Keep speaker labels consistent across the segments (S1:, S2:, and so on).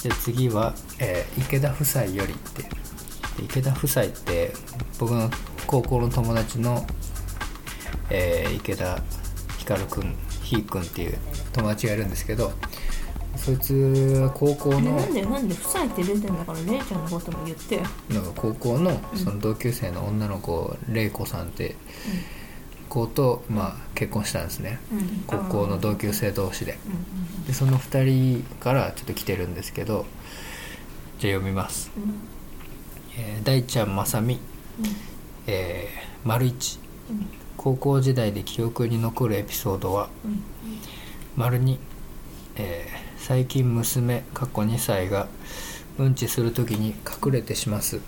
S1: じゃあ次は、えー池田夫妻よりってで池田夫妻って僕の高校の友達の、えー池田光くんひーくんっていう友達がいるんですけどそいつは高校の
S2: なんでなんで夫妻って出てんだから姉ちゃんのことも言ってよ
S1: なんか高校のその同級生の女の子玲子さんって子と、まあ、結婚したんですね
S2: うん
S1: 高校の同級生同士で
S2: うん
S1: でその2人からちょっと来てるんですけどじゃあ読みます
S2: うんうん
S1: 「えー大ちゃんまさみ」えー丸一
S2: うん
S1: 高校時代で記憶に残るエピソードは
S2: うん
S1: 丸二、えー最近娘過去2歳がうんちする時に隠れてします
S2: うん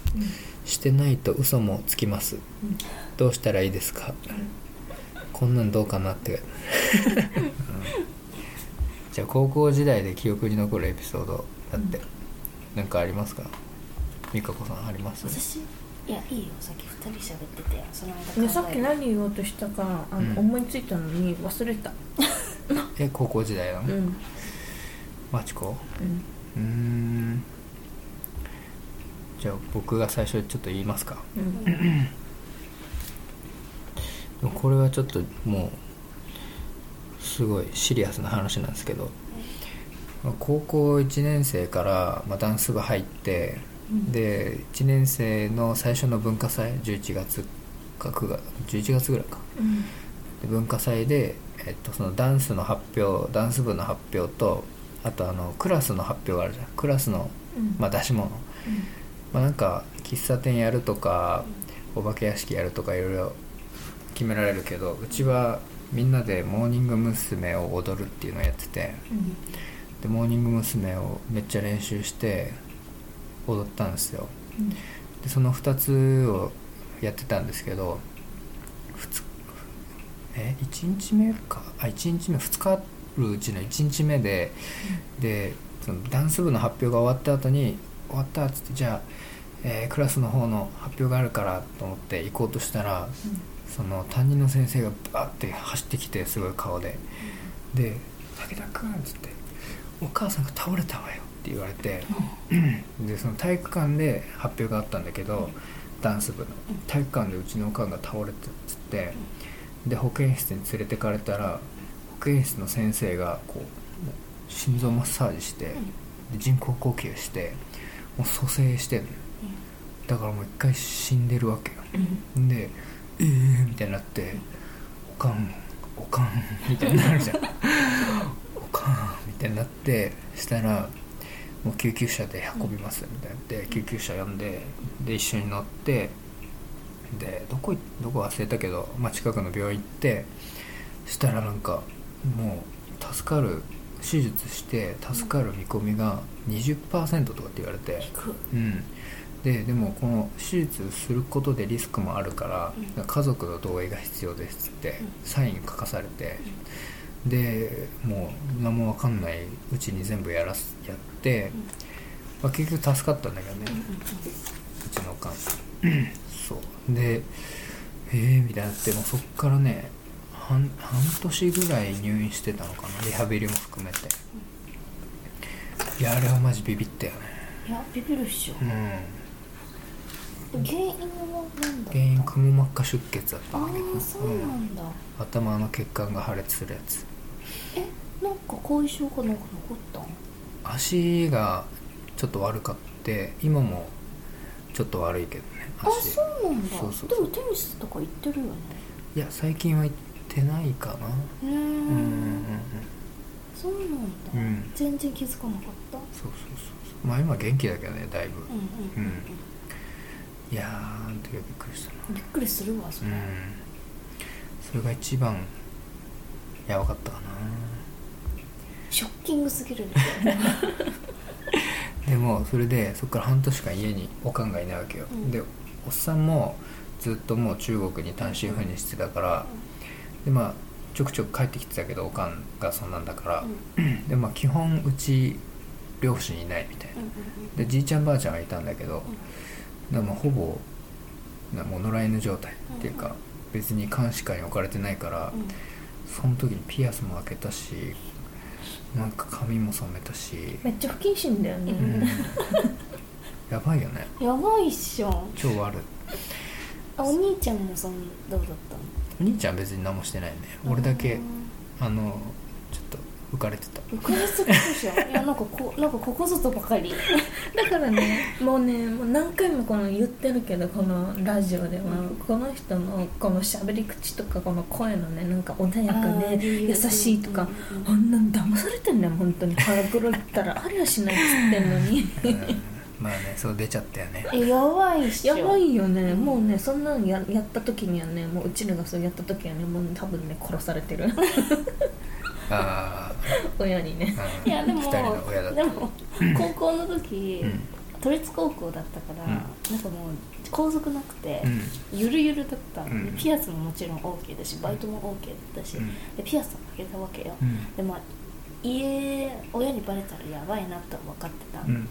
S1: してないと嘘もつきます
S2: うん
S1: どうしたらいいですかこんなんどうかなって、うんじゃあ高校時代で記憶に残るエピソードだって、
S2: うん
S1: なんかありますか美香子さんあります
S3: 私いやいいよさっき2人喋っててその
S2: ね、
S3: 間
S2: さ
S3: 考
S2: っ
S3: え
S2: き何言おうとしたかあの、
S1: うん
S2: 思いついたのに忘れた
S1: え高校時代なの、
S2: うんうん
S1: マチコうーんじゃあ僕が最初ちょっと言いますか
S2: うん
S1: でもこれはちょっともうすごいシリアスな話なんですけどまあ高校1年生からまあダンス部入って
S2: うん
S1: で1年生の最初の文化祭11月か9月11月ぐらいか
S2: うん
S1: で文化祭で、えっと、そのダンスの発表ダンス部の発表とあとあのクラスの発表があるじゃんクラスの、
S2: うん
S1: まあ、出し物、まあ、なんか喫茶店やるとかお化け屋敷やるとかいろいろ決められるけどうちはみんなでモーニング娘。を踊るっていうのをやってて
S2: うん
S1: でモーニング娘。をめっちゃ練習して踊ったんですよ
S2: うん
S1: でその2つをやってたんですけどふつえ1日目かあ1日目2日あるうちの1日目で、でそのダンス部の発表が終わった後に終わったっつってじゃあ、えークラスの方の発表があるからと思って行こうとしたら、その担任の先生がバーって走ってきてすごい顔で、で「武田君」っつって「お母さんが倒れたわよ」って言われて、でその体育館で発表があったんだけど、ダンス部の体育館でうちのおかんが倒れてっつってで保健室に連れてかれたら保健室の先生がこう心臓マッサージして、で人工呼吸してもう蘇生してんのよだからもう一回死んでるわけよ、で「ええー」みたいになって「おかんおかん」みたいになるじゃん「おかん」みたいになってしたらもう救急車で運びますみたいになって救急車呼んでで一緒に乗ってでどこいどこ忘れたけど、まあ、近くの病院行ってしたらなんかもう助かる手術して助かる見込みが20%とかって言われて。
S3: 聞く
S1: うん、ででもこの手術することでリスクもあるから、
S3: うん
S1: 家族の同意が必要ですっつって、
S3: うん
S1: サイン書かされて、でもう何も分かんないうちに全部やらすやって、まあ、結局助かったんだけどね、うちのおかん そうでえー、みたいになってもうそっからね半半年ぐらい入院してたのかなリハビリも含めていやあれはマジビビったよね
S3: いやビビるっしょ
S1: うん
S3: 原因は何だ
S1: 原因くも膜下出血だった
S3: あ
S1: んだけど
S3: あそうなんだ、
S1: うん頭の血管が破裂するやつ
S3: えなんか後遺症かなんか残ったん
S1: 足がちょっと悪かって今もちょっと悪いけどね
S3: あ
S1: 足
S3: そうなんだ
S1: そうそうそう
S3: でもテニスとか行ってるよね
S1: いや最近は行ってないかな
S3: へえ
S1: うんうん
S3: そうなんだ、
S1: うんうん
S3: 全然気づかなかった
S1: そうそうそうそうまあ今元気だけどねだいぶ
S3: うんうん
S1: う
S3: うんん、
S1: いやーあの時はびっくりしたな
S3: びっくりするわそれ、
S1: うんそれが一番やばかったかな
S3: ショッキングすぎるね
S1: でもそれでそこから半年間家におかんがいないわけよ、
S3: うん
S1: でおっさんもずっともう中国に単身赴任してたから、でまあちょくちょく帰ってきてたけどおかんがそんなんだから、でまあ基本うち両親いないみたいな、でじいちゃんばあちゃんはいたんだけど、でもほぼなもう野良犬状態っていうか、
S3: うん
S1: 別に監視下に置かれてないから、その時にピアスも開けたしなんか髪も染めたし、
S2: めっちゃ不謹慎だよね、
S1: うん、やばいよね
S3: やばいっしょ
S1: 超悪い
S3: あお兄ちゃんもそんどうだったの
S1: お兄ちゃんは別に何もしてないね俺だけあのちょっと浮かれてた
S3: 僕はそっじゃんいやなんかこなんかここぞとばかり
S2: だからねもうねもう何回もこの言ってるけどこのラジオでは、
S3: うん
S2: この人のこの喋り口とかこの声のね なんか穏やかで、優しいとかあんなん騙されてんねん本当に腹黒ったらありゃしないっつってんの に
S1: うんまあねそう出ちゃったよね
S3: えやばいっしょ
S2: やばいよねもうねそんなのややった時にはねもううちらがそうやった時はねもう多分ね殺されてる
S1: あ
S2: 親にね
S1: あ、うん、
S3: いやでも
S1: 二人の親だった
S3: でも高校の時、
S1: うん
S3: 都立高校だったから、
S1: うん
S3: なんかもう皇族なくて、
S1: うん
S3: ゆるゆるだったんで、
S1: うん
S3: ピアスももちろん OK だしバイトも OK だったし、
S1: うん
S3: でピアスをかけたわけよ、
S1: うん
S3: でまあ家親にバレたらやばいなとは分かってた、
S1: うん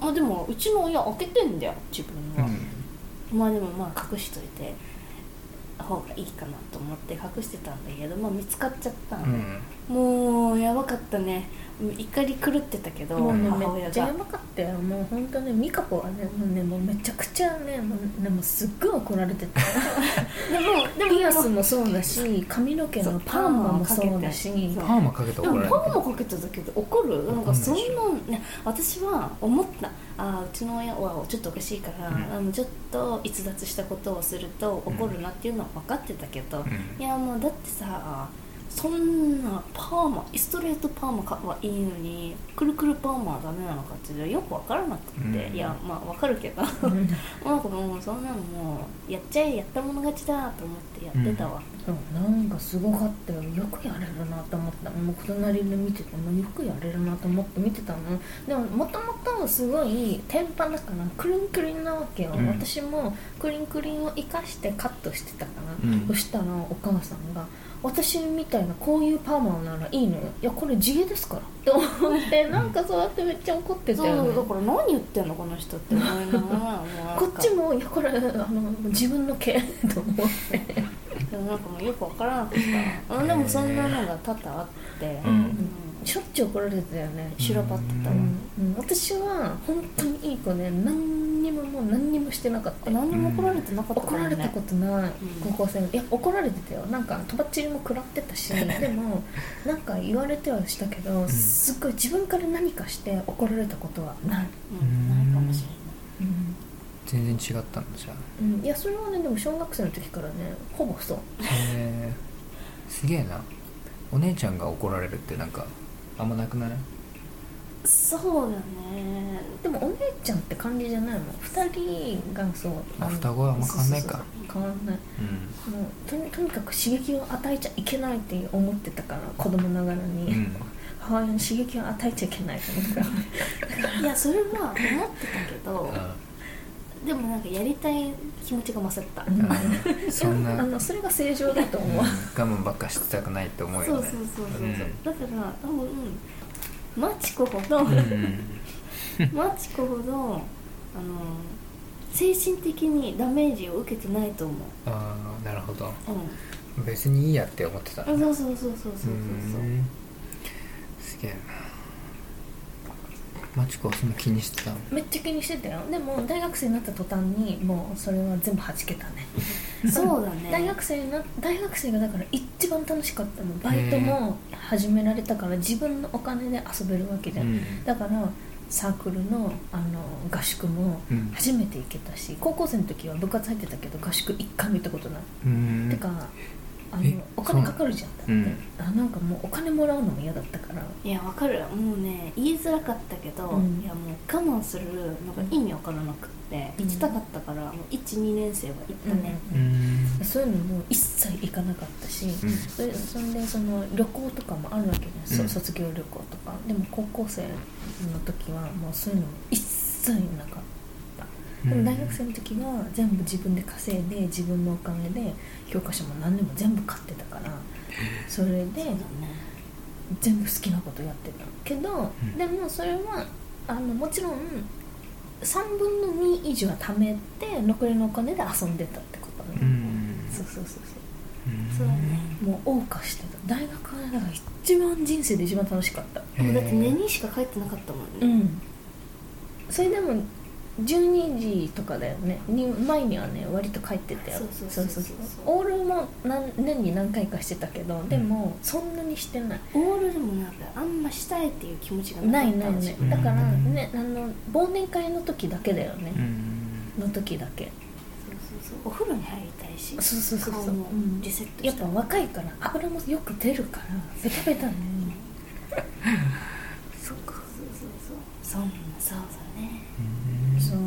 S3: あでもうちの親開けてんだよ自分
S1: う
S3: は、
S1: ん
S3: まあでもまあ隠しといて方がいいかなと思って隠してたんだけど、まあ、見つかっちゃったの、
S1: うん
S3: もうやばかったね怒り狂ってたけど
S2: もうね
S3: 母
S2: め
S3: 親
S2: っちゃや
S3: が
S2: ばかったよもう本当ね美香子はねもうねもうめちゃくちゃねもうねもうすっごい怒ら れてた
S3: でもでも
S2: ピアスもそうだし髪の毛のパーマもそうだし
S3: そ
S1: パーマかけた
S3: で
S1: ら怒
S3: も
S1: られ
S3: パンもかけただけで怒るなんかそんなんね私は思ったあーうちの親はちょっとおかしいから、
S1: うん
S3: あのちょっと逸脱したことをすると怒るなっていうのは分かってたけど、
S1: る
S3: いやもうだってさそんなパーマストレートパーマかはいいのにくるくるパーマはダメなのかってよく分からなくて、
S1: うん
S3: いやまあ分かるけど
S2: うん
S3: なんかもうそんなのもうやっちゃえやった者勝ちだと思ってやってたわ、
S2: そうなんかすごかったよよくやれるなと思ったもう隣で見ててもよくやれるなと思って見てたのでももともとすごい天パだからクリンクリンなわけよ、
S1: うん
S2: 私もクリンクリンを生かしてカットしてたから、
S1: うん
S2: そしたらお母さんが「私みたいなこういうパーマならいいのよいやこれ地毛ですから」って思ってなんかそうやってめっちゃ怒ってたよね
S3: そうだから何言ってんのこの人って思いながら もう
S2: こっち
S3: も
S2: も「いやこれあの自分の毛」と思って
S3: でもなんかもうよくわからなかったあでもそんなのが多々あって、
S1: う
S3: うん
S1: ん
S2: しょっちゅう怒られてたよね
S3: 修羅場って
S2: う
S3: たわ、
S2: んうん私は本当にいい子で何にももう何にもしてなかった
S3: 何にも怒られてなかった
S2: 怒られたことない
S3: うん
S2: 高校生のいや怒られてたよなんかとばっちりも食らってた しでもなんか言われてはしたけど
S1: ん
S2: すっごい自分から何かして怒られたことはない、
S3: うんないかもしれない
S2: う
S1: 全
S2: ん
S1: 然違ったんだじゃあ
S2: いやそれはねでも小学生の時からねほぼそう
S1: へえすげえなお姉ちゃんが怒られるってなんかあんまなくなる
S3: そうだね
S2: でもお姉ちゃんって感じじゃないもん2人がそう
S1: あ
S2: の
S1: 双子はあんま変わんないか
S2: そうそうそう変わんない
S1: うん
S2: もうとにとにかく刺激を与えちゃいけないって思ってたから子供ながらに、
S1: うん
S2: 母親に刺激を与えちゃいけないと思ってた
S3: いやそれは思ってたけどでもなんかやりたい気持ちが勝った、
S2: う
S1: う
S2: ん
S1: ん そん
S2: あ
S1: な
S2: のそれが正常だと思う、
S1: 我慢ばっかしてたくないって思う
S3: そ
S1: よ
S3: う
S1: ね
S3: そうそうそう、う
S1: うん
S3: だから多分マチコほど、
S1: うん
S3: マチコほどあの精神的にダメージを受けてないと思
S1: ああなるほど
S3: う、うん、
S1: 別にいいやって思ってた
S3: そうそうそうそうそうそうそう
S1: うんすげえなマチコはそんな気にしてたの
S2: めっちゃ気にしてたよでも大学生になった途端にもうそれは全部はじけたね
S3: そうだね
S2: 大学生な大学生がだから一番楽しかったのバイトも始められたから自分のお金で遊べるわけじゃん、だからサークルのあの合宿も
S1: うん
S2: 初めて行けたし、高校生の時は部活入ってたけど合宿一回も行ったことない、
S1: うん
S2: てかあ
S1: え
S2: のお金かかるじゃんだって、
S1: うん
S2: あなんかもうお金もらうのも嫌だったから
S3: いやわかるもうね言いづらかったけど、
S2: うん
S3: いやもう我慢するのが意味わからなくって、
S2: うん
S3: 行きたかったからもう12年生は行ったね、
S1: うん
S2: そういうのも一切行かなかったし、
S1: うん
S2: それそんでその旅行とかもあるわけじゃん、
S1: うん
S2: そ卒業旅行とかでも高校生の時はもうそういうのも一切なかったでも大学生の時は全部自分で稼いで自分のお金で教科書も何でも全部買ってたからそれで
S3: そうだね
S2: 全部好きなことやってたけど、
S1: うん
S2: でもそれはあのもちろん3分の2以上は貯めて残りのお金で遊んでたってことね、
S1: うん
S2: そうそうそうそう
S3: そうだね
S2: もう謳歌してた大学はねだから一番人生で一番楽しかった
S3: でもだって
S1: へ
S3: 寝
S1: ー
S3: にしか帰ってなかったもん
S2: う
S3: ね、
S2: んそれでも12時とかだよねに前にはね割と帰ってたよ
S3: そうそうそうそう
S2: オールも何年に何回かしてたけどでもそんなにしてない
S3: オールでもなんかあんましたいっていう気持ちがな
S2: ない
S3: かっ
S2: な
S3: た
S2: い
S3: んで
S2: な
S3: し
S2: い
S3: ょ
S1: うん
S2: だからねあの忘年会の時だけだよね
S1: う、ん
S2: の時だけ
S3: そうそうそうお風呂に入りたいし
S2: そうそうそうそう
S3: 顔も
S2: うん
S3: リセットした
S2: や
S3: い
S2: っぱ若いから油もよく出るからベタベタね
S3: そうかそうそうそうそんなそうだね
S1: うん
S2: そう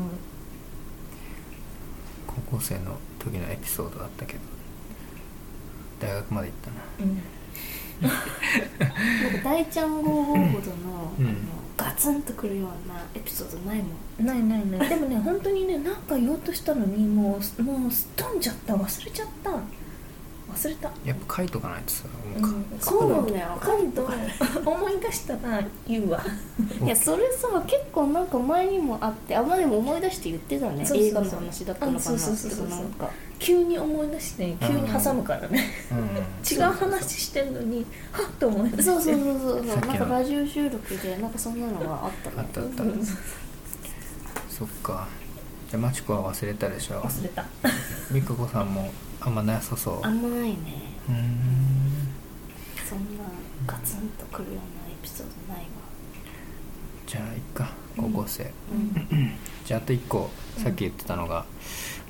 S1: 高校生の時のエピソードだったけど大学まで行ったな
S2: うん
S3: なんか大ちゃんゴーゴーほどの,、
S1: うん
S3: あのガツンとくるようなエピソードないもん
S2: ないないないでもね本当にねなんか言おうとしたのにもうもうすっ飛んじゃった忘れちゃった忘れた、
S1: やっぱ書いとかないとさも
S2: う
S1: うか、
S2: ん、
S3: そうなんだよ
S2: 今度今度思い出したら言うわ
S3: いやそれさ結構なんか前にもあってあまりも思い出して言ってたね
S2: そうそうそう
S3: 映画の話だったのかな
S2: う
S3: と
S2: んそう
S3: か
S2: そうそうそう
S3: なんか
S2: 急に思い出して急に挟むからね
S1: うん
S2: 違う話してるのにはっと思い出して
S3: そうそうそうそう
S1: さっ
S3: そう
S1: きの
S3: なんかラジオ収録でなんかそんなのがあった
S1: あ
S3: の
S1: ったあったそっかじゃあマチコは忘れたでしょ
S2: 忘れた
S1: みくこさんもあんまなさそう
S3: 甘いね
S1: うーん
S3: そんなガツンとくるようなエピソードないわ
S1: じゃあいっか高校生、
S2: うん
S1: じゃああと1個さっき言ってたのが、
S2: ん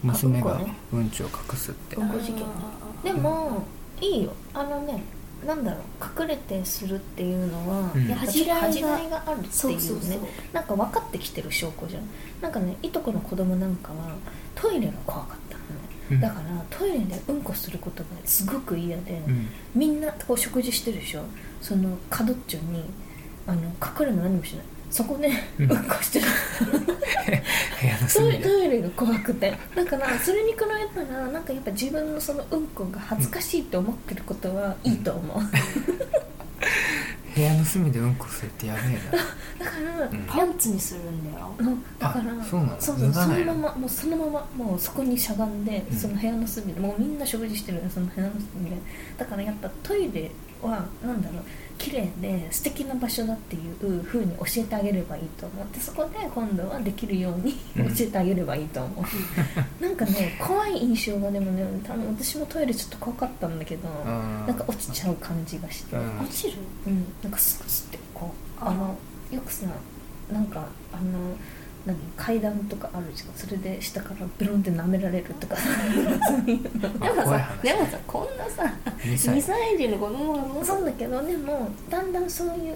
S1: 娘
S2: あ
S1: が
S2: うんこね
S1: うんちを隠すって、
S2: うんご事件ね でもいいよあのねなんだろう隠れてするっていうのは、
S1: うん
S2: やっぱちょっと恥じらいがあるっていうね
S3: そうそうそう
S2: なんか分かってきてる証拠じゃんなんかねいとこの子供なんかはトイレが怖かったのね
S1: うん
S2: だからトイレでうんこすることがすごく嫌で、
S1: うん
S2: みんなこう食事してるでしょその角っちょにあの隠れるの何もしないそこで
S1: う
S2: うんんこしてる、
S1: 部屋の
S2: トイ
S1: 隅
S2: レ
S1: で
S2: トイレが怖くてだからそれに比べたらなんかやっぱ自分のそのうんこが恥ずかしいと思ってることはいいと思う、
S1: 部屋の隅でうんこするってやべえ
S2: だから、
S1: うん
S3: パンツにするんだよ
S2: のだから
S1: あそうなの
S2: そう
S1: 脱が
S2: そ
S1: な
S2: の
S1: いの
S2: ままもうそのままもうそこにしゃがんで、
S1: うん
S2: その部屋の隅でもうみんな食事してるのその部屋の隅でだからやっぱトイレはなんだろう綺麗で素敵な場所だっていう風に教えてあげればいいと思ってそこで今度はできるように
S1: うん
S2: 教えてあげればいいと思う、なんかね怖い印象がでもね多分私もトイレちょっと怖かったんだけど
S1: な
S2: なんか落ちちゃう感じがして、
S1: うん
S3: 落ちる
S2: うん、なんかスクスってこう
S3: あ
S2: あのよくさなんかあの何階段とかあるじゃんそれで下からブロンって舐められるとかそういうの
S1: あ
S3: でも
S1: 怖い話
S3: さでもさこんなさ
S1: 2
S3: 2
S1: 歳
S3: 歳児の子供がも う
S2: そうだけどでもだんだんそういう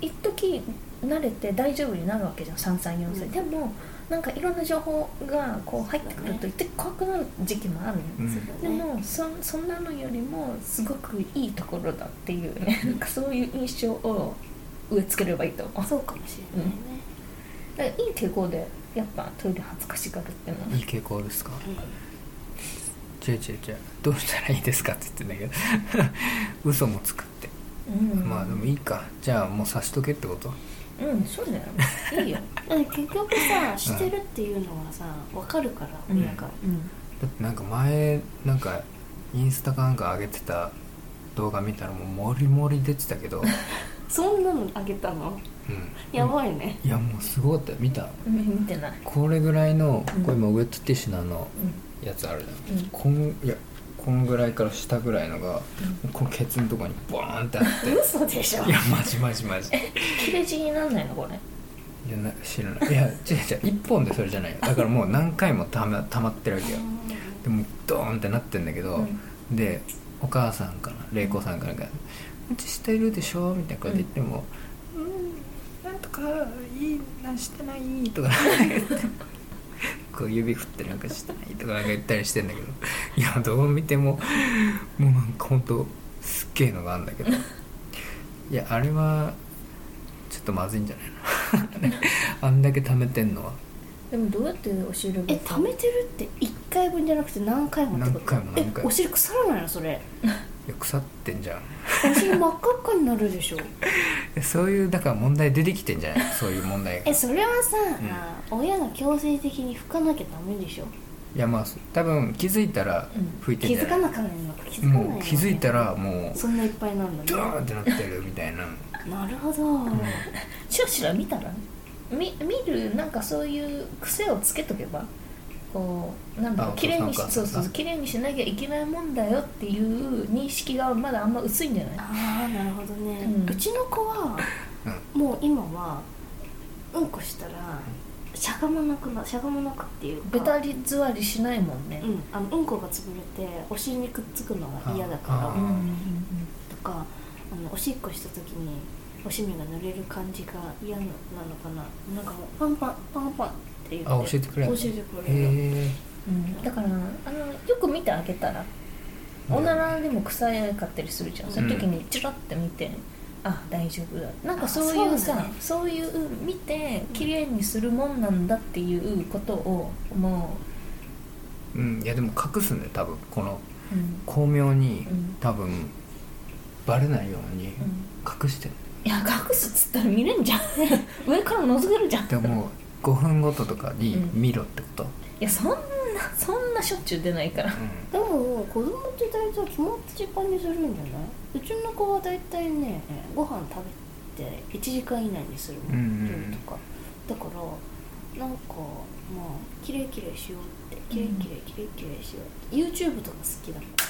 S2: 一時慣れて大丈夫になるわけじゃん3歳4歳、
S3: うん
S2: でもなんかいろんな情報がこう入ってくると一っ怖くなる時期もある
S1: う
S2: の、
S1: ん
S3: そう
S2: で
S3: だね
S2: もそそんなのよりもすごくいいところだっていうねなんかそういう印象を植え付ければいいと思う
S3: そうかもしれないね、
S2: だからいい傾向でやっぱトイレ恥ずかしがるっていうのはい
S1: い傾向ですか
S3: うん
S1: 違う違う違うどうしたらいいですかって言ってんだけど 嘘もつくって、
S2: うん
S1: まあでもいいかじゃあもうさしとけってこと
S2: うんそうだよいいよ
S3: だって結局さしてるっていうのはさわかるから
S2: うん
S3: 親が、
S2: うん
S1: だってなんか前なんかインスタかなんか上げてた動画見たらもうモリモリ出てたけ ど、
S3: そんなのあげたの
S1: うん、
S3: やばいね、
S1: いやもうすごかったよ見た
S2: うん見てない
S1: これぐらいの
S2: うん
S1: これ今ウェットティッシュのあの
S2: う
S1: やつあるじゃん
S2: んうん
S1: こんいやこのぐらいから下ぐらいのが、このケツのとこにボーンってあって い
S3: 嘘でしょ
S1: やマジマジマジ
S2: 切れ字になんないのこれ
S1: いやな知らないいや違う違う1本でそれじゃないよだからもう何回もたま溜まってるわけよでもうドーンってなってんだけど、でお母さんかな玲子さんからが「うちしてるでしょ」みたいなこと言っても「うん、なんとかいいなしてない」とかなんか言って こう指振ってなんかしてないとかなんか言ったりしてんだけどいやどう見てももうなんかほんとすっげえのがあるんだけどいやあれはちょっとまずいんじゃないの あんだけ溜めてんのは
S2: でもどうやって教えれば
S3: え溜めてるって1回分じゃなくて何回もってこと
S1: 何回も何回も
S3: えお尻腐らないのそれ
S1: いや腐ってんじゃん
S3: お尻真っ赤っかになるで しょ
S1: でそういうだから問題出てきてんじゃないそういう問題が
S3: えそれはさ、親が強制的に拭かなきゃダメでしょ
S1: いやまあ多分気づいたら
S2: うん
S1: 吹いて
S3: 気
S1: んじゃ
S3: づ
S1: な
S3: か
S1: い
S3: なかったのか気づかないよね、
S1: もう気づいたらもう
S3: そんないっぱいなんだね
S1: ドーンってなってるみたいな、
S3: なるほど、
S2: チラチラ見たらねみ見るなんかそういう癖をつけとけばこうなんだろ
S1: あ
S2: う綺麗にし
S1: そうか
S2: そうそ
S1: そ
S2: うそうう綺麗にしなきゃいけないもんだよっていう認識がまだあんま薄いんじゃない
S3: ああなるほどね、う
S2: うん
S3: ちの子は、もう今はうんこしたらしゃがまなくなしゃがまなくっていうか
S2: ベタり座りしないもんね、
S3: うん、あのうんこが潰れてお尻にくっつくのが嫌だ
S1: あ
S3: か
S1: ー
S3: らとかあのおしっこした時におしめが濡れる感じが嫌なのかななんかもうパンパンパンパンって言って
S1: あ教えてくれる
S3: 教えてくれる
S1: へ
S2: うんだからあのよく見てあげたら
S1: うん
S2: おならでも臭いかったりするじゃん、そういう時
S1: うん
S2: にチラッて見てあ大丈夫だなんかそうい
S3: あ
S2: う
S3: そう
S2: さ
S3: だね
S2: そういう見て綺麗にするもんなんだっていうことをも
S1: えうんいやでも隠すんだよ多分この
S2: う、うん
S1: 巧妙に
S2: うん
S1: 多分バレないように
S2: うん
S1: 隠してる
S2: いや隠すっつったら見れんじゃん上から覗けるじゃんい
S1: でも5分ごととかに
S2: うん
S1: 見ろってこと、
S2: やそんなそんなしょっちゅう出ないから
S3: でも子供って大体決まった時間にするんじゃないうちの子は大体ねご飯食べて1時間以内にするもん、
S1: うんうん
S3: 料理とかだからなんかもうキレイキレイしようってキレイキレイキレイキレイしようって YouTube とか好きだから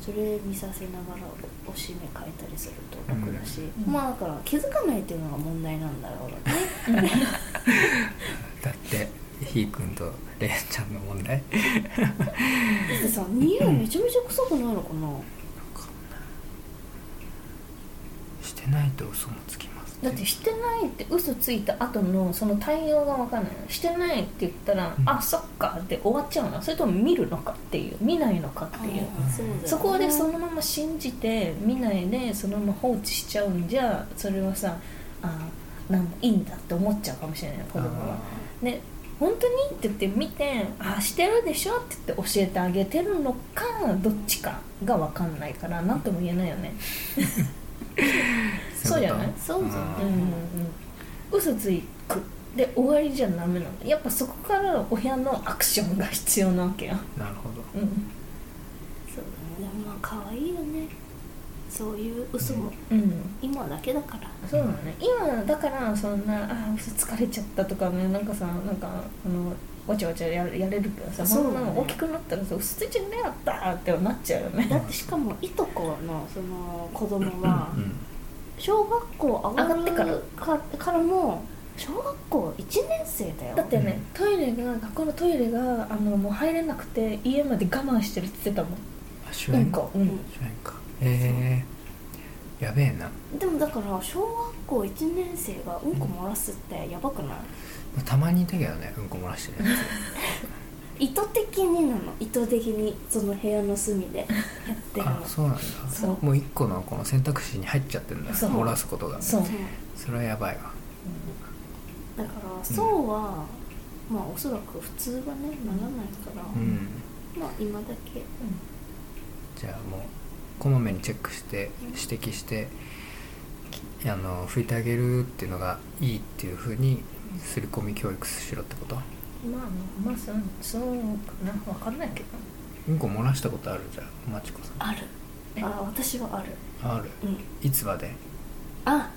S3: それ見させながらおしめ変えたりすると楽だし、
S2: うん
S3: まあだから気づかないっていうのが問題なんだろうね
S1: だってひーくんとれいちゃんの問題
S3: だってさ匂いめちゃめちゃ臭くないのかな
S1: してないと嘘もつきます
S2: だってしてないって嘘ついた後のその対応が分かんないのしてないって言ったら、
S1: うん
S2: あそっかで終わっちゃうのそれとも見るのかっていう見ないのかっていう、
S3: あーそうだよね
S2: そこでそのまま信じて見ないでそのまま放置しちゃうんじゃそれはさあーなんいいんだって思っちゃうかもしれない子供はで本当にって言って見て「あしてるでしょ」って言って教えてあげてるのかどっちかが分かんないから何とも言えないよねそうじゃない
S3: そうじゃな
S1: あ
S3: い
S1: ー
S2: うんうんうん嘘ついくで終わりじゃダメなのやっぱそこからの親のアクションが必要なわけよ、
S1: なるほど
S2: うん
S3: そうだねでもまあ可愛いよねそういう嘘も
S2: うん、
S3: 今だけだから、
S2: そうだね今だからそんな「あ嘘疲れちゃった」とかねなんかさなんかあのわちゃわちゃややれるけどさ
S3: そ
S2: そうん
S3: だね
S2: なの大きくなったらさ嘘ついちゃいなかったってなっちゃうよね
S3: だってしかもいとこのその子供は
S1: うん
S3: 小学校上がってから
S2: 上
S3: かからも小学校1年生だよ
S2: だってね、トイレが学校のトイレがあのもう入れなくて家まで我慢してるって言ってたもん
S1: あ主
S2: う
S1: 演
S2: んこうんん
S1: 主演かえー、やべえな
S3: でもだから小学校1年生がうんこ漏らすってやばくない、
S1: たまにいたけどねうんこ漏らしてるや
S3: 意図的になの意図的にその部屋の隅でやって
S1: つ
S3: る の
S1: あそうなんだ
S2: そう
S1: もう一個のこの選択肢に入っちゃってんだ
S2: そう
S1: 漏らすことが
S2: そう
S3: そう
S1: それはやばいわ
S3: だからそうは、まあおそらく普通はねならないから、
S1: うん
S3: まあ今だけ
S1: じゃあもうこまめにチェックして指摘してきあの拭いてあげるっていうのがいいっていうふうに刷り込み教育しろってこと
S2: まあまあそうそうかな分かんないけど
S1: うんこ漏らしたことあるじゃんまちこさ
S3: あるあ私はある
S1: んある
S3: うん
S1: いつまで
S3: あ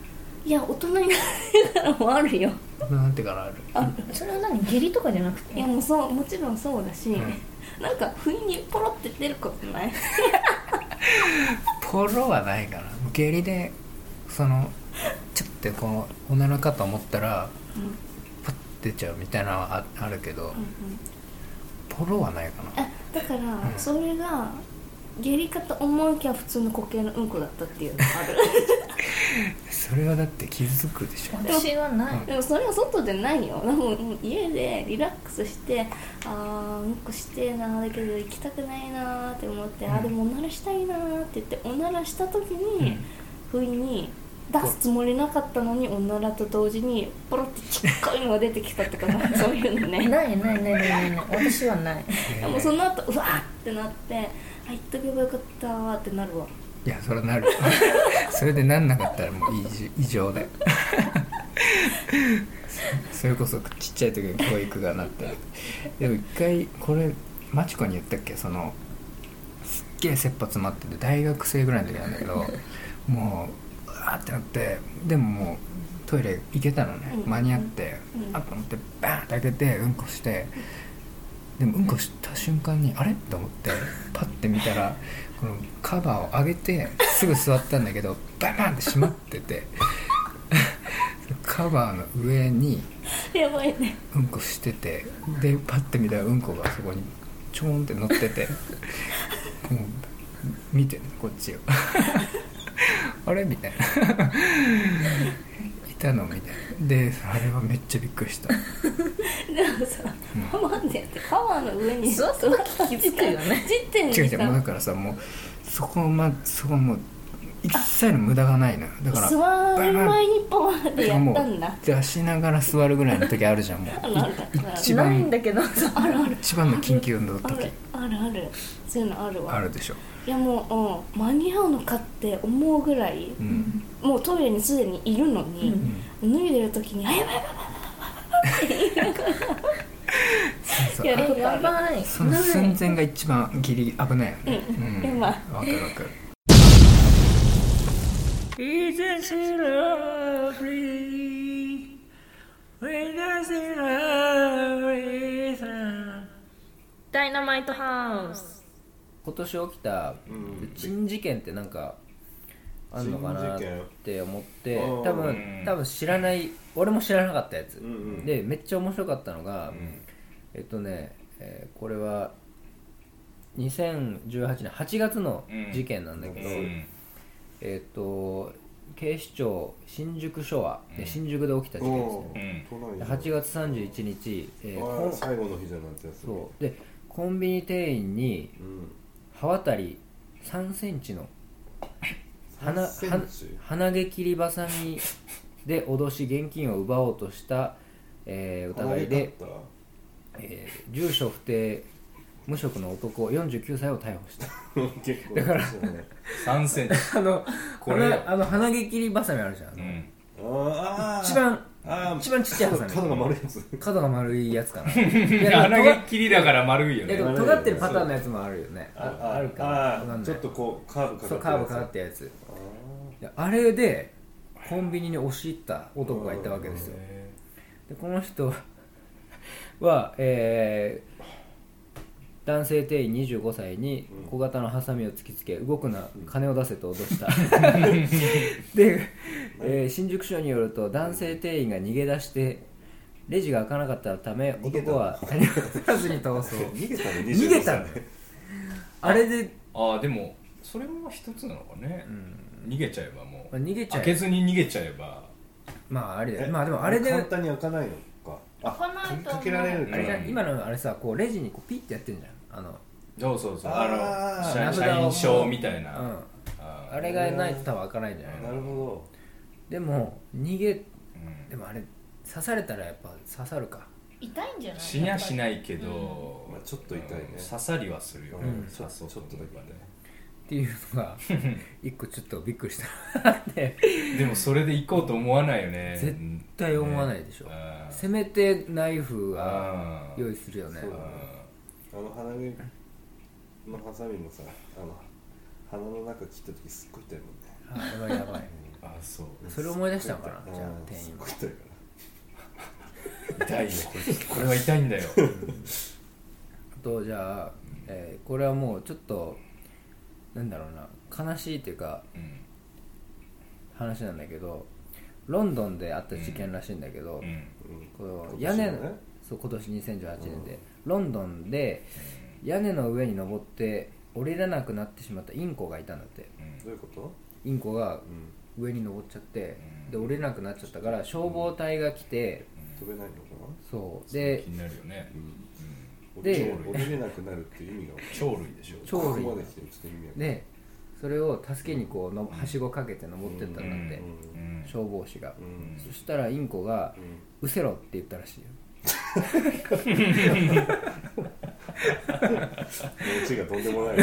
S3: いや大人になってからもあるよ
S1: 大人になってからある
S3: あ
S2: それは何下痢とかじゃなくて
S3: いやもうそうもちろんそうだし、 なんか不意にポロって出ることない
S1: ポロはないかな下痢でそのちょっとこのおならかと思ったら
S3: うんうん
S1: パッて出ちゃうみたいなのはああるけどポロはないかな
S3: あだから、
S1: ん
S3: それが下痢かと思いきや普通の固形のうんこだったっていうのがあ
S1: それはだって気づくでしょ
S2: 私はな
S1: う
S2: い、
S1: ん
S3: るでもそれは外でないよでもうん家でリラックスしてあーうんこしてーなーだけど行きたくないなーって思って、あ
S1: う
S3: ー
S1: ん
S3: でもおならしたいなーって言っておならした時
S1: う
S3: に、
S1: ん
S3: 不意に出すつもりなかったのにおならと同時にポロってちっこいのが出てきたとかそういうの ね
S2: ないないないないないない私はない
S1: え
S3: で
S1: ー
S3: もその後うわーってなってあ言っとけばよかったーってなるわ
S1: いやそれはなるそれでなんなかったらもう異常異常だよ それこそちっちゃい時に教育がなってでも一回これマチコに言ったっけそのすっげえ切羽詰まってて大学生ぐらいの時なんだけ どもううわーってなってでももうトイレ行けたのね
S3: うん
S1: 間に合って、
S3: うん
S1: あっと思ってバーンって開けてうんこしてでもうんこした瞬間にあれと思ってパッて見たらこのカバーを上げてすぐ座ったんだけどバーンって閉まっててカバーの上に
S3: やばいね
S1: うんこしててでパッて見たらうんこがそこにちょんって乗って てもう見てねこっちを あれみたい ないたのみたいなであれはめっちゃびっくりした、
S3: でもさ
S1: う
S3: 我慢でやってカバーの上に
S2: 座った時気づくよね
S3: 時点
S1: ん、
S3: に
S1: 違う違うもうだ
S3: さ
S1: からさもうそこまそこもう一切の無駄がないのよだから
S3: 座る前にパワーでやったんだ
S1: 出しながら座るぐらいの時あるじゃんも
S3: あ
S1: う
S3: るあるあるあ
S1: 一
S3: る
S2: な
S1: 番
S2: いんだけどさ
S3: あるある
S1: 一番の緊急の
S3: ある
S1: 時
S3: あるあるそういうのあるわ
S1: あるでしょ、
S3: いやもう、うん、間に合うのかって思うぐらい
S1: うん
S3: もうトイレにすでにいるのに、
S2: うん
S3: 脱いでる時に「あやばいやばい
S1: そうそう
S3: やることあ
S2: や
S3: る
S2: ばい
S1: その寸前が一番ギリ危ないよね。
S3: うん
S1: う
S3: うん
S1: ん。
S3: ま
S1: わ
S3: あ
S1: かるわかる。
S4: Isn't she lovely? When I see love,
S2: ダイナマイトハウス
S5: 今年起きた
S6: うん
S5: 珍事件ってなんかあんのかなって思って
S6: 珍事件
S5: 多分多分知らない俺も知らなかったやつ、
S6: うんうん
S5: でめっちゃ面白かったのが、
S6: ん
S5: えっとね、えーこれは2018年8月の事件なんだけど、えっと警視庁新宿署は、で新宿で起きた事件ですねで8
S6: 月
S5: 月31日、えーコン
S6: 最後の日じゃなくて
S5: そうでコンビニ店員に
S6: うん
S5: 刃渡り3センチの鼻
S6: 3センチ
S5: 鼻毛切りばさみで脅し現金を奪おうとした、えー疑いで、
S6: 鼻毛
S5: えー住所不定無職の男49歳を逮捕した
S6: だった結構だから
S7: 3センチ
S5: あの
S7: これよ
S5: 鼻あの鼻毛切りばさみあるじゃん、
S7: うん
S6: あー
S5: 一番
S6: あー
S5: 一番ちっちゃいハサミ
S6: 角が丸いやつ
S5: 角が丸いやつかないや
S7: 鼻
S5: 尖っ
S7: 毛切りだから丸いよ
S5: いや
S7: ね
S5: でも尖ってるパターンのやつもあるよねああるかなわ
S6: あ
S5: かん
S6: ー
S5: ない
S6: ちょっとこうカーブかかって
S5: そう
S6: る
S5: カーブかかってるやついやあれでコンビニに押し入った男がいたわけですよでこの人 は、えー男性店員25歳に小型のハサミを突きつけ動くな金を出せと脅 した で、えー新宿署によると男性店員が逃げ出してレジが開かなかったため
S6: げた
S5: 男は何も取らずに逃 走
S6: 逃げたの
S5: 逃げたのよあれで
S7: ああでもそれも一つなのかね、逃げちゃえばも
S5: まあ
S7: う
S5: 逃げちゃ
S7: 開け
S5: え
S7: ずに逃げちゃえば
S5: まああれだ
S6: え
S5: よまあでもあれで
S6: 簡単に開かないのかあ
S3: 開かないと思う
S6: かけられる
S5: あ
S6: か
S5: れじゃ
S6: ら
S5: ん今のあれさこうレジにこうピッてやってるじゃんあの
S7: そうそうそう
S6: あー
S7: あの社
S5: 名
S7: 社
S5: 札を
S7: 員証みたいな、
S5: うん
S7: あ
S5: あれがないと多分開かないんじゃない
S6: なるほ
S5: でも逃げ
S7: ーうん
S5: でもあれ刺されたらやっぱ刺さるか
S3: 痛いんじゃない
S7: 死にゃし
S3: い
S7: ないけど、
S6: うんまあちょっと痛いね
S7: うん刺さりはするよ、ね
S5: うん
S7: 刺そう思えばね
S5: っていうのが一個ちょっとびっくりしたなって
S7: でもそれで行こうと思わないよね
S5: 絶対思わないでしょ
S7: あ
S5: せめてナイフは
S7: あ
S5: 用意するよね
S6: そうだねどあの鼻毛のハサミもさあの鼻の中切った時すっごい痛いもんね
S5: あやばいやばい
S7: あそう
S5: それ思い出したのか
S6: う
S5: なんじゃあ店
S6: すっ
S5: 員も
S6: ごい痛いか
S7: 痛い よこれこれは痛いんだよ
S5: あとじゃあ、えーこれはもうちょっとなんだろうな悲しいっていうか
S7: うん
S5: 話なんだけどロンドンであった事件らしいんだけど、
S7: うん
S5: この
S6: 今
S5: 屋
S6: 年のね
S5: 根のそう今年2018年で、ロンドンで屋根の上に登って降りれなくなってしまったインコがいたんだって
S6: らどういうこと
S5: インコが
S6: うん
S5: 上に登っちゃって、
S7: うん
S5: で降りれなくなっちゃったから消防隊が来て、
S6: 飛べないのか
S5: そう
S7: で
S5: で
S7: 気になるよね
S6: なうん
S5: で
S6: 降りれなくなるっていう意味が分かんない
S7: 鳥類でしょ
S5: 鳥類
S6: ここまで来てちょっと意味が分かんない
S5: でそれを助けにこうのはしごかけて登ってったんだって、
S6: うん
S7: ん
S5: 消防士が、
S6: うん
S5: そしたらインコが
S6: う
S5: 「
S6: ん
S5: うせろ」って言ったらしいよ
S6: オチがとんでもない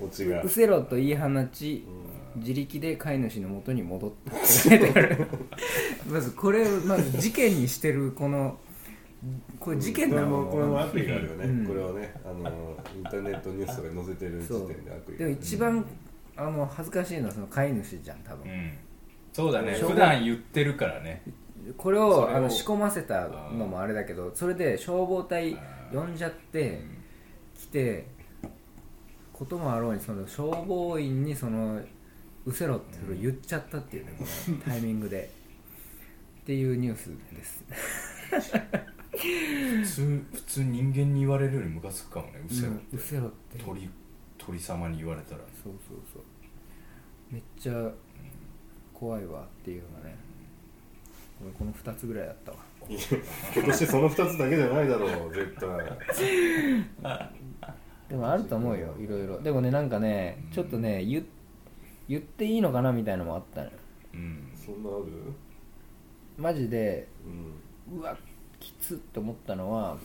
S6: オチ が
S5: うせろと言い放ち、
S6: うん
S1: 自力で飼い主の元に戻ったって書いてあるまずこれをまず事件にしてるこのこれ事件なの
S6: うんこれもこれもアプリがあるよね、
S1: うん
S6: これはねあのインターネットニュースとかに載せてる時
S1: そう
S6: 点でアプリ
S1: でも一番あの恥ずかしいのはその飼い主じゃん多
S7: う
S1: 分、
S7: んそうだね
S1: 小学
S7: 普段言ってるからね
S1: これを
S7: それを
S1: あの仕込ませたのもあれだけどそれで消防隊呼んじゃって来てこともあろうにその消防員にその「うせろ」ってそれを言っちゃったっていうねこのタイミングでっていうニュースです
S7: 普通普通人間に言われるよりムカつくかもねうせろ
S1: う
S7: っ
S1: んう
S7: て
S1: せろ」ってそう
S7: 鳥鳥様に言われたら
S1: そうそうめっちゃ怖いわっていうのがね俺この2つぐらいだったわ
S6: 今年その2つだけじゃないだろう絶対
S1: でもあると思うよいろいろでもねなんかねちょっとね言言っていいのかなみたいのもあったのよ
S7: うん
S6: そんなある
S1: マジで
S6: うん
S1: うわきつって思ったのは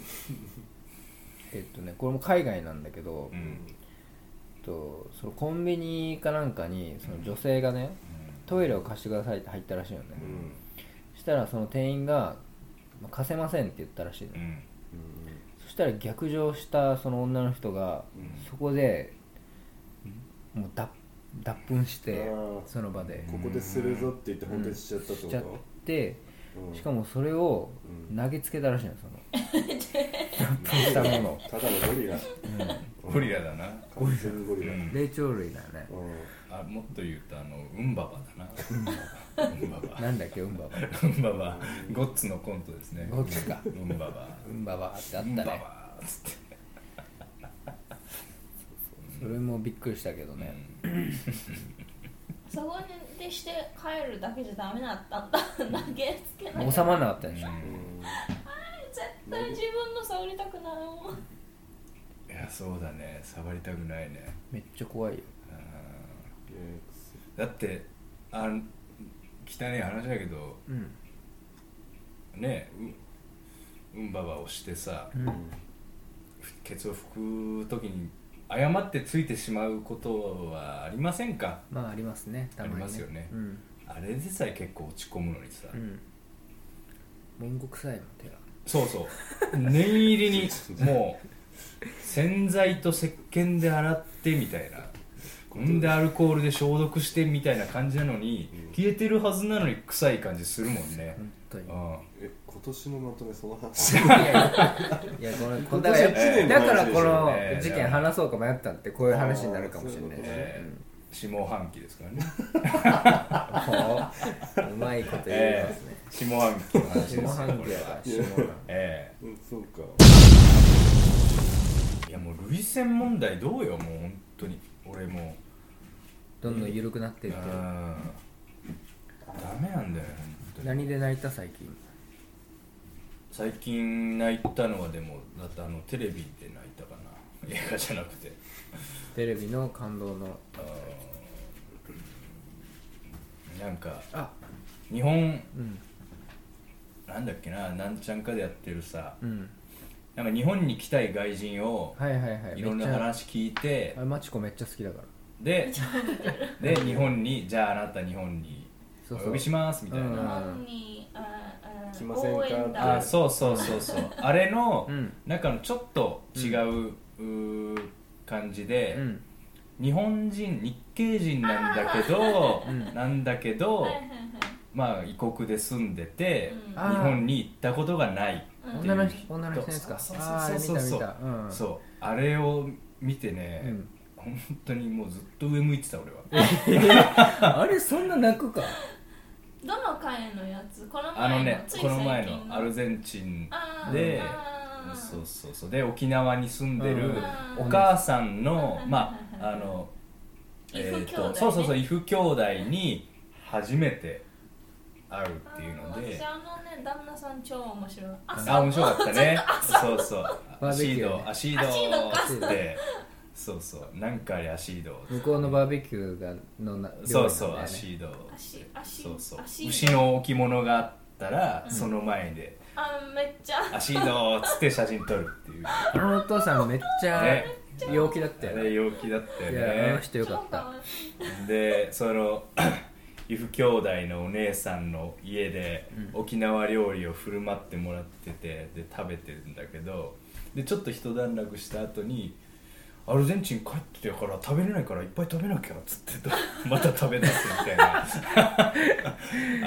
S1: えっとねこれも海外なんだけど、
S7: う
S1: え
S7: ん
S1: っとそのコンビニかなんかにその女性がねトイレを貸してくださいって入ったらしいのね、
S6: うん
S1: そしたらその店員がまあ貸せませんって言ったらしいの、
S7: うん
S1: そしたら逆上したその女の人が、そこでもう脱脱粉して
S6: ああ
S1: その場で
S6: ここでするぞって言って本当にしちゃったって
S1: し
S6: こ
S1: ちゃっ
S6: と、
S1: て
S6: うん
S1: しかもそれを
S6: うん
S1: 投げつけたらしいのその脱粉したものを
S6: ただのゴリラ
S7: ゴリラだな
S6: 完全にゴリラ、
S7: う
S6: うんん
S1: 霊長類だよね
S7: あもっと言うとあのウンババだなウンババ
S1: なんだっけウンババ
S7: ウンババゴッツのコントですね
S1: ゴッツか
S7: ウンババ
S1: ウンババってあっ
S7: ウン
S1: た
S7: バ
S1: ね
S7: バっつって
S1: それもびっくりしたけどね、
S2: そこでして帰るだけじゃダメだったんだ投げつけない
S1: 収まらなかったでしょ、
S6: う
S2: 絶対自分の触りたくないもん
S7: いやそうだね触りたくないね
S1: めっちゃ怖いよ
S7: うん
S6: んいや
S7: だってあん汚い話だけど
S1: うん、
S7: ねうウンババをしてさケツを拭く時に誤ってついてしまうことはありませんか
S1: まあありますねたまに
S7: ありますよね
S1: うん、
S7: あれでさえ結構落ち込むのにさ、
S1: うん、文語臭いもん手が
S7: そうそう念入 りにもう洗剤と石鹸で洗ってみたいなほんでアルコールで消毒してみたいな感じなのに
S6: うん
S7: 消えてるはずなのに臭い感じするもんね
S1: 本当に
S7: うん
S6: え今年のまとめそ の話
S1: いやいやいやこ のこんだから
S6: 今年一年の
S1: だから
S6: 話でし
S1: こ
S6: ょ
S1: の
S7: ね
S1: 事件話そうか迷ったってこういう話になるかもしれないし
S7: えー下半期ですからね
S1: うんおうまいこと言いますね、
S7: 下半期の話ですよ
S1: 下半
S7: こ
S1: 期
S7: れ
S1: や
S7: は
S1: から下半
S7: え
S6: うんそうか
S7: えいやもう類腺問題どうよもう本当に俺も
S1: どんどん緩くなって
S7: う
S1: っ
S7: ん
S1: て
S7: ダ
S1: る
S7: メなんだよ本当に
S1: 何で泣いた最近
S7: 最近泣いたのはでもだってあのテレビで泣いたかな映画じゃなくて
S1: テレビの感動の
S7: あーなんか
S1: あ
S7: 日本
S1: うん
S7: なんだっけななんちゃんかでやってるさ
S1: うん
S7: なんか日本に来たい外人を
S1: はいはいはい
S7: いろんな
S1: めっちゃ
S7: 話聞いて
S1: あれマチコめっちゃ好きだから
S7: でで日本にじゃああなた日本にお
S1: そうそう
S7: 呼びしますみたい
S1: うん
S7: な
S2: 日本にああ
S6: 来ませんか
S2: 応援
S6: うん
S7: あ
S2: 団
S7: そうそうそうそうあれの
S1: うん
S7: 中のちょっと違ううー感じで、
S1: うん
S7: 日本人日系人なんだけど、
S1: うん
S7: なんだけど、
S2: はいはいはい
S7: まあ異国で住んでて、
S2: うん
S1: あー
S7: 日本に行ったことがないってい
S1: 女の
S7: う
S1: 人女の人ですか
S7: そう
S1: あああれ見
S7: そう
S1: た
S7: そ
S1: 見
S7: うそう
S1: たうん
S7: そうあれを見てね、
S1: うん
S7: 本当にもうずっと上向いてた俺は
S1: あれそんな泣くか
S2: どの回のやつこの
S7: あの
S2: 前の
S7: ね
S2: つい最
S7: こ
S2: 近
S7: の前のアルゼンチン
S2: あー
S7: で
S2: あー
S7: そうそうそうで沖縄に住んでる
S2: うん
S7: お母さんの、
S2: うん
S7: まああの
S2: 異父兄弟ね
S7: とそうそうそう異父兄弟に初めて会うっていうので
S2: 私あのね旦那さん超面白い朝
S7: あ面白かっ たねそうそう
S1: バー
S7: ア
S1: ベ
S7: シ
S1: キュ
S7: ー
S1: ー
S7: ド
S1: ね
S7: アシー
S2: アシード
S7: ド
S2: か
S7: っつってそうそうなんかあれアシード
S1: 向こうのバーベキューがのな料理なんだよね
S7: そうそうアシード
S2: 足足
S7: そうそう
S2: 足
S7: 牛の置物があったらその前で
S2: あめっちゃ
S7: アシードっつって写真撮るっていう
S1: あのお父さんめっちゃ
S7: ね
S5: 陽気だったよ
S7: あ
S5: ね
S7: れ陽気だったよ
S5: いやあの
S7: ね
S5: 人よか
S8: 超
S5: っ
S8: 可
S5: た
S8: 愛い
S7: でその 由布兄弟のお姉さんの家で沖縄料理を振る舞ってもらっててで食べてるんだけどでちょっと一段落した後にアルゼンチン帰ってから食べれないからいっぱい食べなきゃっつってと また食べ出すみたいな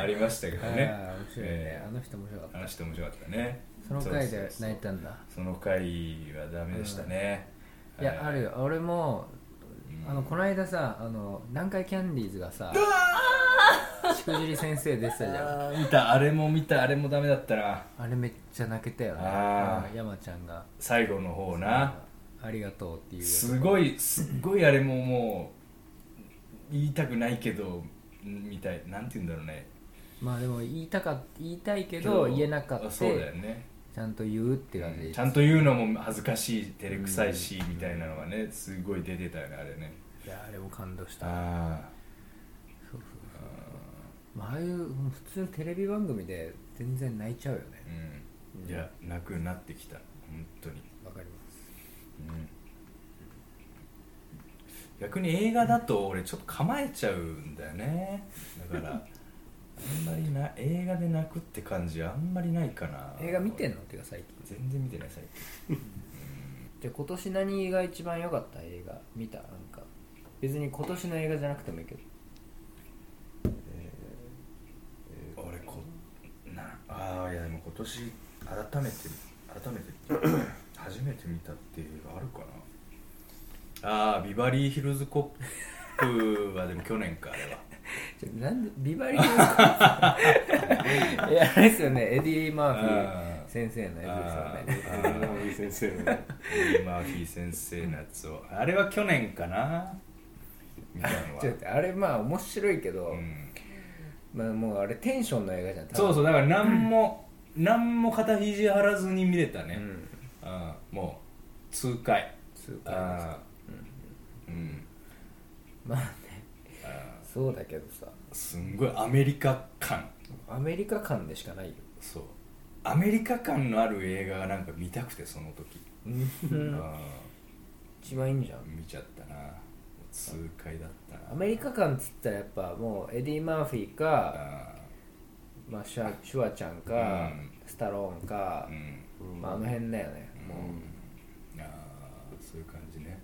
S7: ありましたけど
S5: ああ
S7: ね
S5: 面白いね
S7: え
S5: あの人面白かった
S7: 話して面白かったね
S5: その回で
S7: そうそう
S5: 泣いたんだ
S7: その回はダメでしたね、
S5: いやある
S7: よ
S5: よ俺も
S7: うん
S5: あのこの間さあの南海キャンディーズがさしくじり先生出てたじゃん
S7: 見たあれも見たあれもダメだったな
S5: あれめっちゃ泣けたよね
S7: あー
S5: うん山ちゃんが
S7: 最後の方な
S5: ありがとうっていう
S7: すごいすっごいあれももう言いたくないけどみたいなんて言うんだろうね
S5: まあでも言いたか言いたいけど言えなかった
S7: あそうだよね
S5: ちゃんと言うって感じ
S7: ちゃんと言うのも恥ずかしい照れくさいしみたいなのがねすごい出てたよねあれね
S5: いやあれも感動した
S7: あ
S5: そうそうそうまあああいう普通のテレビ番組で全然泣いちゃうよ
S7: あ
S5: ね
S7: うんいや泣くなってきた本当に
S5: わかります
S7: うん逆に映画だと俺ちょっと構えちゃうんだよねだからあんまりな映画で泣くって感じあんまりないかな
S5: 映画見てんのっていうか最近
S7: 全然見てない最近
S5: じゃあ今年何が一番良かった映画見たなんか別に今年の映画じゃなくてもいいけど
S7: 俺こなああいやでも今年改めて改めて 初めて見たっていう映画あるかなああビバリーヒルズコップはでも去年かあれは
S5: ちょなんでビバリーヒルズコップ いやあれですよねエディ・マーフィー先生のやつですよね
S7: あー
S6: いい先生のね
S7: エディマーフィー先生のやつをあれは去年かな見たのは
S5: ちょっと待ってあれまあ面白いけど、
S7: うん
S5: まあ、もうあれテンションの映画じゃん多分
S7: そうそうだから何も、何も肩肘張らずに見れた
S5: う
S7: ね、
S5: ん
S7: あーもう痛快
S5: そういう感じで
S7: あーうん
S5: すまあねそうだけどさ
S7: すんごいアメリカ感
S5: アメリカ感でしかないよ
S7: そうアメリカ感のある映画がなんか見たくてその時、あ
S5: 一番いいんじゃ
S7: ー
S5: ん
S7: 見ちゃったな痛快だったな
S5: アメリカ感っつったらやっぱもうエディ・マーフィーか、
S7: あ
S5: まあ、シュワシュワちゃんか、
S7: うん
S5: スタローン
S7: ー
S5: か
S7: う、ん
S5: まあ、あの辺だよね、
S7: うんあーそういう感じね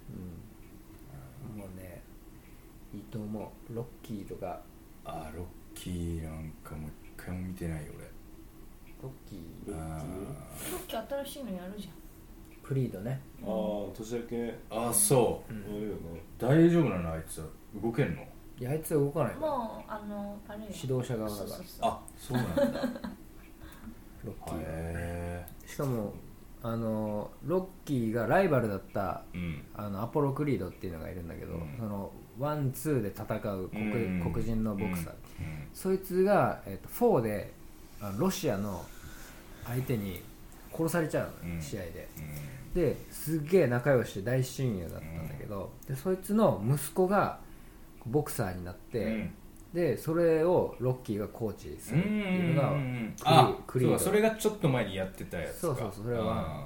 S5: もうねいいと思うロッキーとか
S7: あーロッキーなんかもう一回も見てないよ
S5: ロッキー
S7: 俺あ
S8: ロッキー新しいのやるじゃん
S5: プリードね
S6: ああ年明けや
S7: ーあーそう、
S6: るよね
S7: 大丈夫なのあいつは動けんの
S5: いやあいつは動かないから
S8: もうあのあれよ
S5: 指導者側だか
S8: そ
S5: ら
S8: うそうそう
S7: あそうなんだ
S5: ロッキーは
S7: へ
S5: しかもあのロッキーがライバルだった
S7: えうん
S5: あのアポロ・クリードっていうのがいるんだけど、
S7: うん
S5: そのワンツーで戦う黒,、
S7: うん
S5: 黒人のボクサー、
S7: うん
S5: そいつが、えっとフォーであのロシアの相手に殺されちゃうの、
S7: うん
S5: 試合で
S7: うん
S5: ですっげえ仲良しで大親友だったんだけど、でそいつの息子がボクサーになって、
S7: うん
S5: でそれをロッキーがコーチするっていうのが、
S7: あ
S5: クリー
S7: そう
S5: ド
S7: だそれがちょっと前にやってたやつか
S5: そうそうそうそれは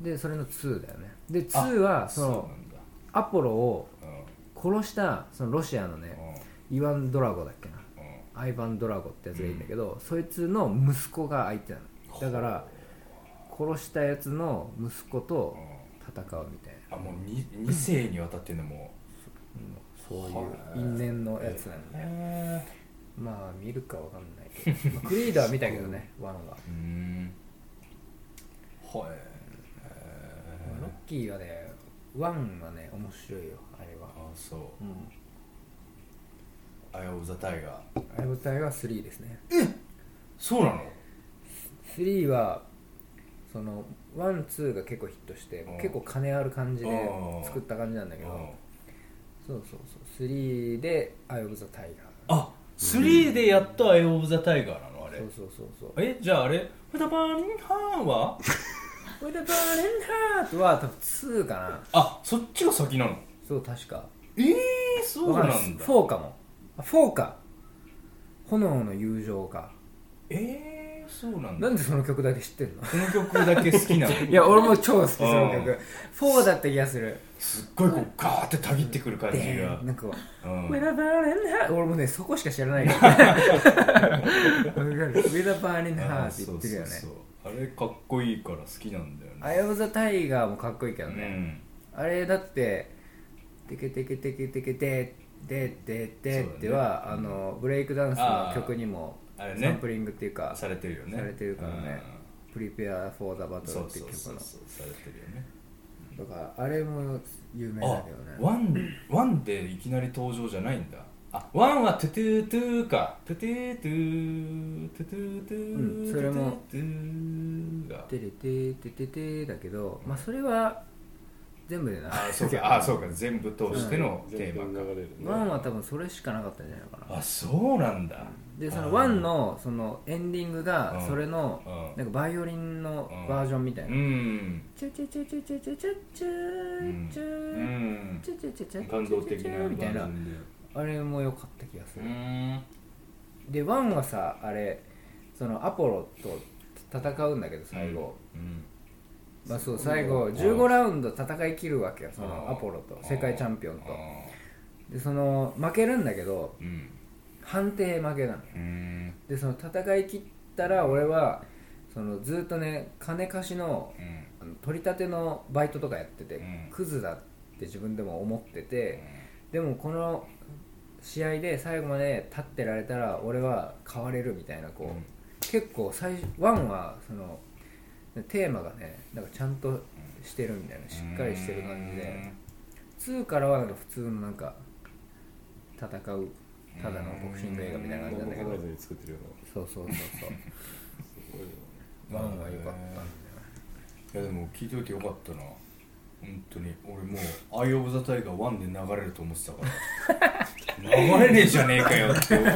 S5: でそれの2だよねで
S7: あ
S5: 2はそ
S7: そう
S5: の
S7: なんだ
S5: アポロを
S7: うん
S5: 殺したそのロシアのねイワン・ドラゴだっけな
S7: うんうん
S5: アイヴァン・ドラゴってやつがいるんだけど、そいつの息子が相手なのだから殺したやつの息子と戦うみたいな
S7: あもう 2, 世にわたってんのも
S5: そういう
S7: はあ
S5: 因縁のやつなん
S7: う
S5: だよまあ見るかわかんないけど、ま あクリードは見たけどねワンは
S7: うんは
S5: ロ
S7: い
S5: ッキーはねワンはね面白いよあれは
S7: あそう
S5: うん
S7: アイオブザタイガー
S5: あれ舞いは3ですね
S7: そうなの
S5: 3はそのワンツーが結構ヒットしてもう結構金ある感じで
S7: うん
S5: 作った感じなんだけ
S7: うん
S5: どそうそうそう3で「アイ・オブ・ザ・タイガ
S7: あ3でやっとアイオブザタイガーなのあ
S5: ー」
S7: れ
S5: そうそうそうそう
S7: えじゃああれフタバーニンハーンは
S5: 「ウィル・バーレンハート」は多分2かな
S7: あそっちが先なの
S5: そう確か
S7: ええそう
S5: わ
S7: な
S5: かん
S7: んだ
S5: ないです4かもあ4か炎の友情か
S7: えええー、そうなんだ
S5: なんでその曲だけ知ってんの
S7: この曲だけ好き なの
S5: いや俺も 超好きその
S7: う
S5: 曲
S7: ん
S5: フォーだった気がする
S7: すっごいこうガーってたぎってくる感じ
S5: で
S7: が、
S5: なんか
S7: うん
S5: 「With a Burning Heart」俺もねそこしか知らないからわかる「With a Burning Heart」
S7: あー
S5: って
S7: そ
S5: 言
S7: う
S5: ってるよね
S7: そうそうあれかっこいいから好きなんだよね
S5: アイオブザタイガーもかっこいいけど
S7: う
S5: ね、
S7: ん
S5: あれだってテケテケテケテケテででで
S7: そうだね
S5: っては、あのブレイクダンスの曲にも
S7: あ
S5: サ
S7: れね
S5: ンプリングっていうか
S7: されてるよね
S5: されてるからね「Prepare for the
S7: うんそ
S5: Battle」
S7: う
S5: って
S7: そ
S5: いうう曲
S7: そう
S5: の
S7: そうされてるよね
S5: だからあれも有名だけどね
S7: あワンワンでいきなり登場じゃないんだあワンはトゥトゥトゥかトゥトゥトゥトゥトゥトゥ
S5: うんそれも
S7: トゥトゥトゥが
S5: てれててててだけど、まあ、それは全部でな
S7: あそうかあそうか全部通してのテ
S6: 全部
S7: ーマ
S6: 流
S7: か
S6: れるね
S5: ワンは多分それしかなかったんじゃないかな
S7: あそうなんだ
S5: でそ
S7: あー
S5: のワンのそのエンディングが
S7: うん
S5: それの
S7: うん
S5: なんかバイオリンのバージョンみたいな
S7: うん
S5: チュチュチュチュチュチュチュチュチ
S7: う
S5: ュ
S7: ん
S5: チュチュチュチュチュチュチュ
S7: 感動的な
S5: みたいな
S7: バージョンで
S5: あれも良かった気がす
S7: う
S5: る
S7: ん
S5: でワンはさあれそのアポロと戦うんだけど最後、
S7: うん
S5: まあそう最後15ラウンド戦い切るわけよそのアポロと
S7: うん
S5: 世界チャンピオンと
S7: あ
S5: でその負けるんだけど
S7: ーうん
S5: 判定負けなの
S7: うん
S5: でその戦い切ったら俺はそのずっとね金貸しの
S7: うん
S5: あの取り立てのバイトとかやってて、
S7: うん
S5: クズだって自分でも思っててでもこの試合で最後まで立ってられたら俺は変われるみたいなこう、
S7: うん
S5: 結構最初ワンはそのテーマがねなんかちゃんとしてるみたいなしっかりしてる感じでツーからはなんか普通のなんか戦うただのボクシング映画みたいな感じ
S6: 何
S5: なんだけ
S6: も考
S5: ど
S6: えずに作ってるよう
S5: そうそうそうそう
S6: なすごいよ
S5: ワンは良かったんだよ
S7: いやでも聞いといてよかったな本当に俺もう「アイ・オブ・ザ・タイガー1」で流れると思ってたから流れねえじゃねえかよ って思っ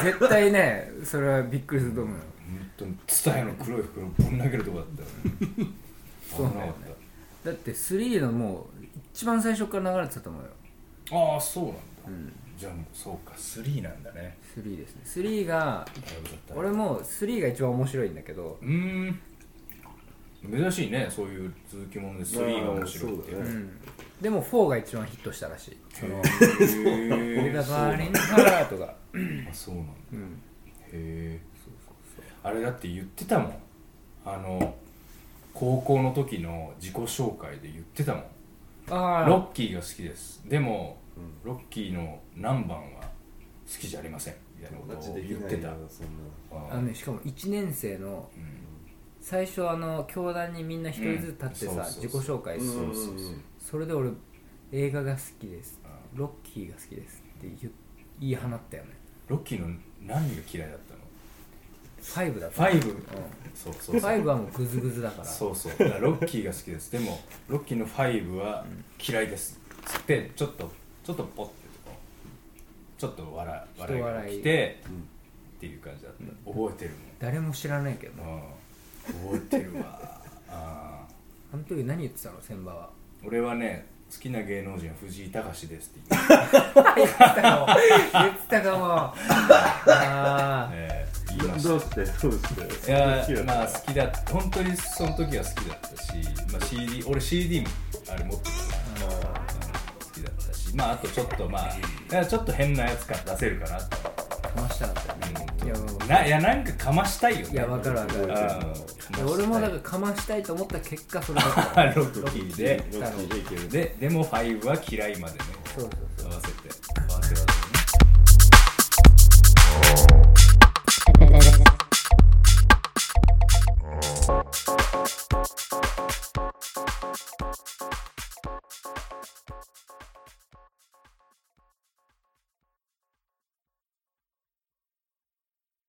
S7: て
S5: 絶対ねそれはびっくりすると思うよ
S7: 本当に蔦屋の黒い袋ぶん投げるとこだったよね
S5: そうなんだよねだって3のもう一番最初から流れてたと思うよ、
S7: 危なかったああそうなんだ、
S5: うん、
S7: じゃあもうそうか3なんだね
S5: 3ですね3が俺も3が一番面白いんだけど
S7: うーん珍しいねそういう続きもので3が面白いって
S6: まあそうだね
S5: うんでも4が一番ヒットしたらしいその「
S7: へ
S5: 俺
S7: え
S5: がバーリンハラー」とか
S7: あそうなんだ
S5: うん
S7: へえあれだって言ってたもんあの高校の時の自己紹介で言ってたもん
S5: ああ
S7: ロッキーが好きですでも、ロッキーの何番は好きじゃありませんみたいな
S6: な
S7: こ
S6: 友
S7: とを
S6: 達でき
S7: 言っ
S6: な
S7: て
S6: い
S7: た
S6: よそんな
S5: あのねしかも1年生の
S7: うん
S5: 最初あの教壇にみんな一人ずつ立って
S7: うん
S5: さ
S7: そう
S5: 自己
S7: そうそ
S5: 紹介
S6: うん
S5: する
S7: そうそうそう
S5: それで俺映画が好きです
S7: あ
S5: ロッキーが好きですって言う言い放ったよね
S7: ロッキーの何が嫌いだったの
S5: 5だ
S7: フ
S5: と
S7: ァイブそうそうそう
S5: ファイブはもうグズグズだから
S7: そうそうだからロッキーが好きですでもロッキーのファイブは嫌いですつってちょっとちょっとポッてこうちょっと笑い笑いが来て
S6: うん
S7: っていう感じだった覚えてる
S5: 誰も知らないけど
S7: も
S5: ね
S7: ん、うん、覚えてるわあー
S5: あの時何言ってたの千葉は
S7: 俺はね好きな芸能人は藤井隆ですって言って、
S5: 言ってたかも言ってたか もあ
S7: えー言いまし
S6: どう
S7: た
S6: してどうして
S7: いや
S6: 好きだった
S7: まあ好きだった本当にその時は好きだったし、まあ、CD 俺 CD もあれ持ってたから
S5: あ
S7: 好きだったしまああとちょっとまあいやちょっと変なやつから出せるかなって
S5: かましたかったよねいやもう
S7: ないやなんかかましたいよね
S5: いやわかるわかる
S7: うんかましたい
S5: 俺もだからかましたいと思った結果それだった
S7: ロッキーで
S6: ロッキーでいける
S7: ででもファイブは嫌いまでね
S5: そうそう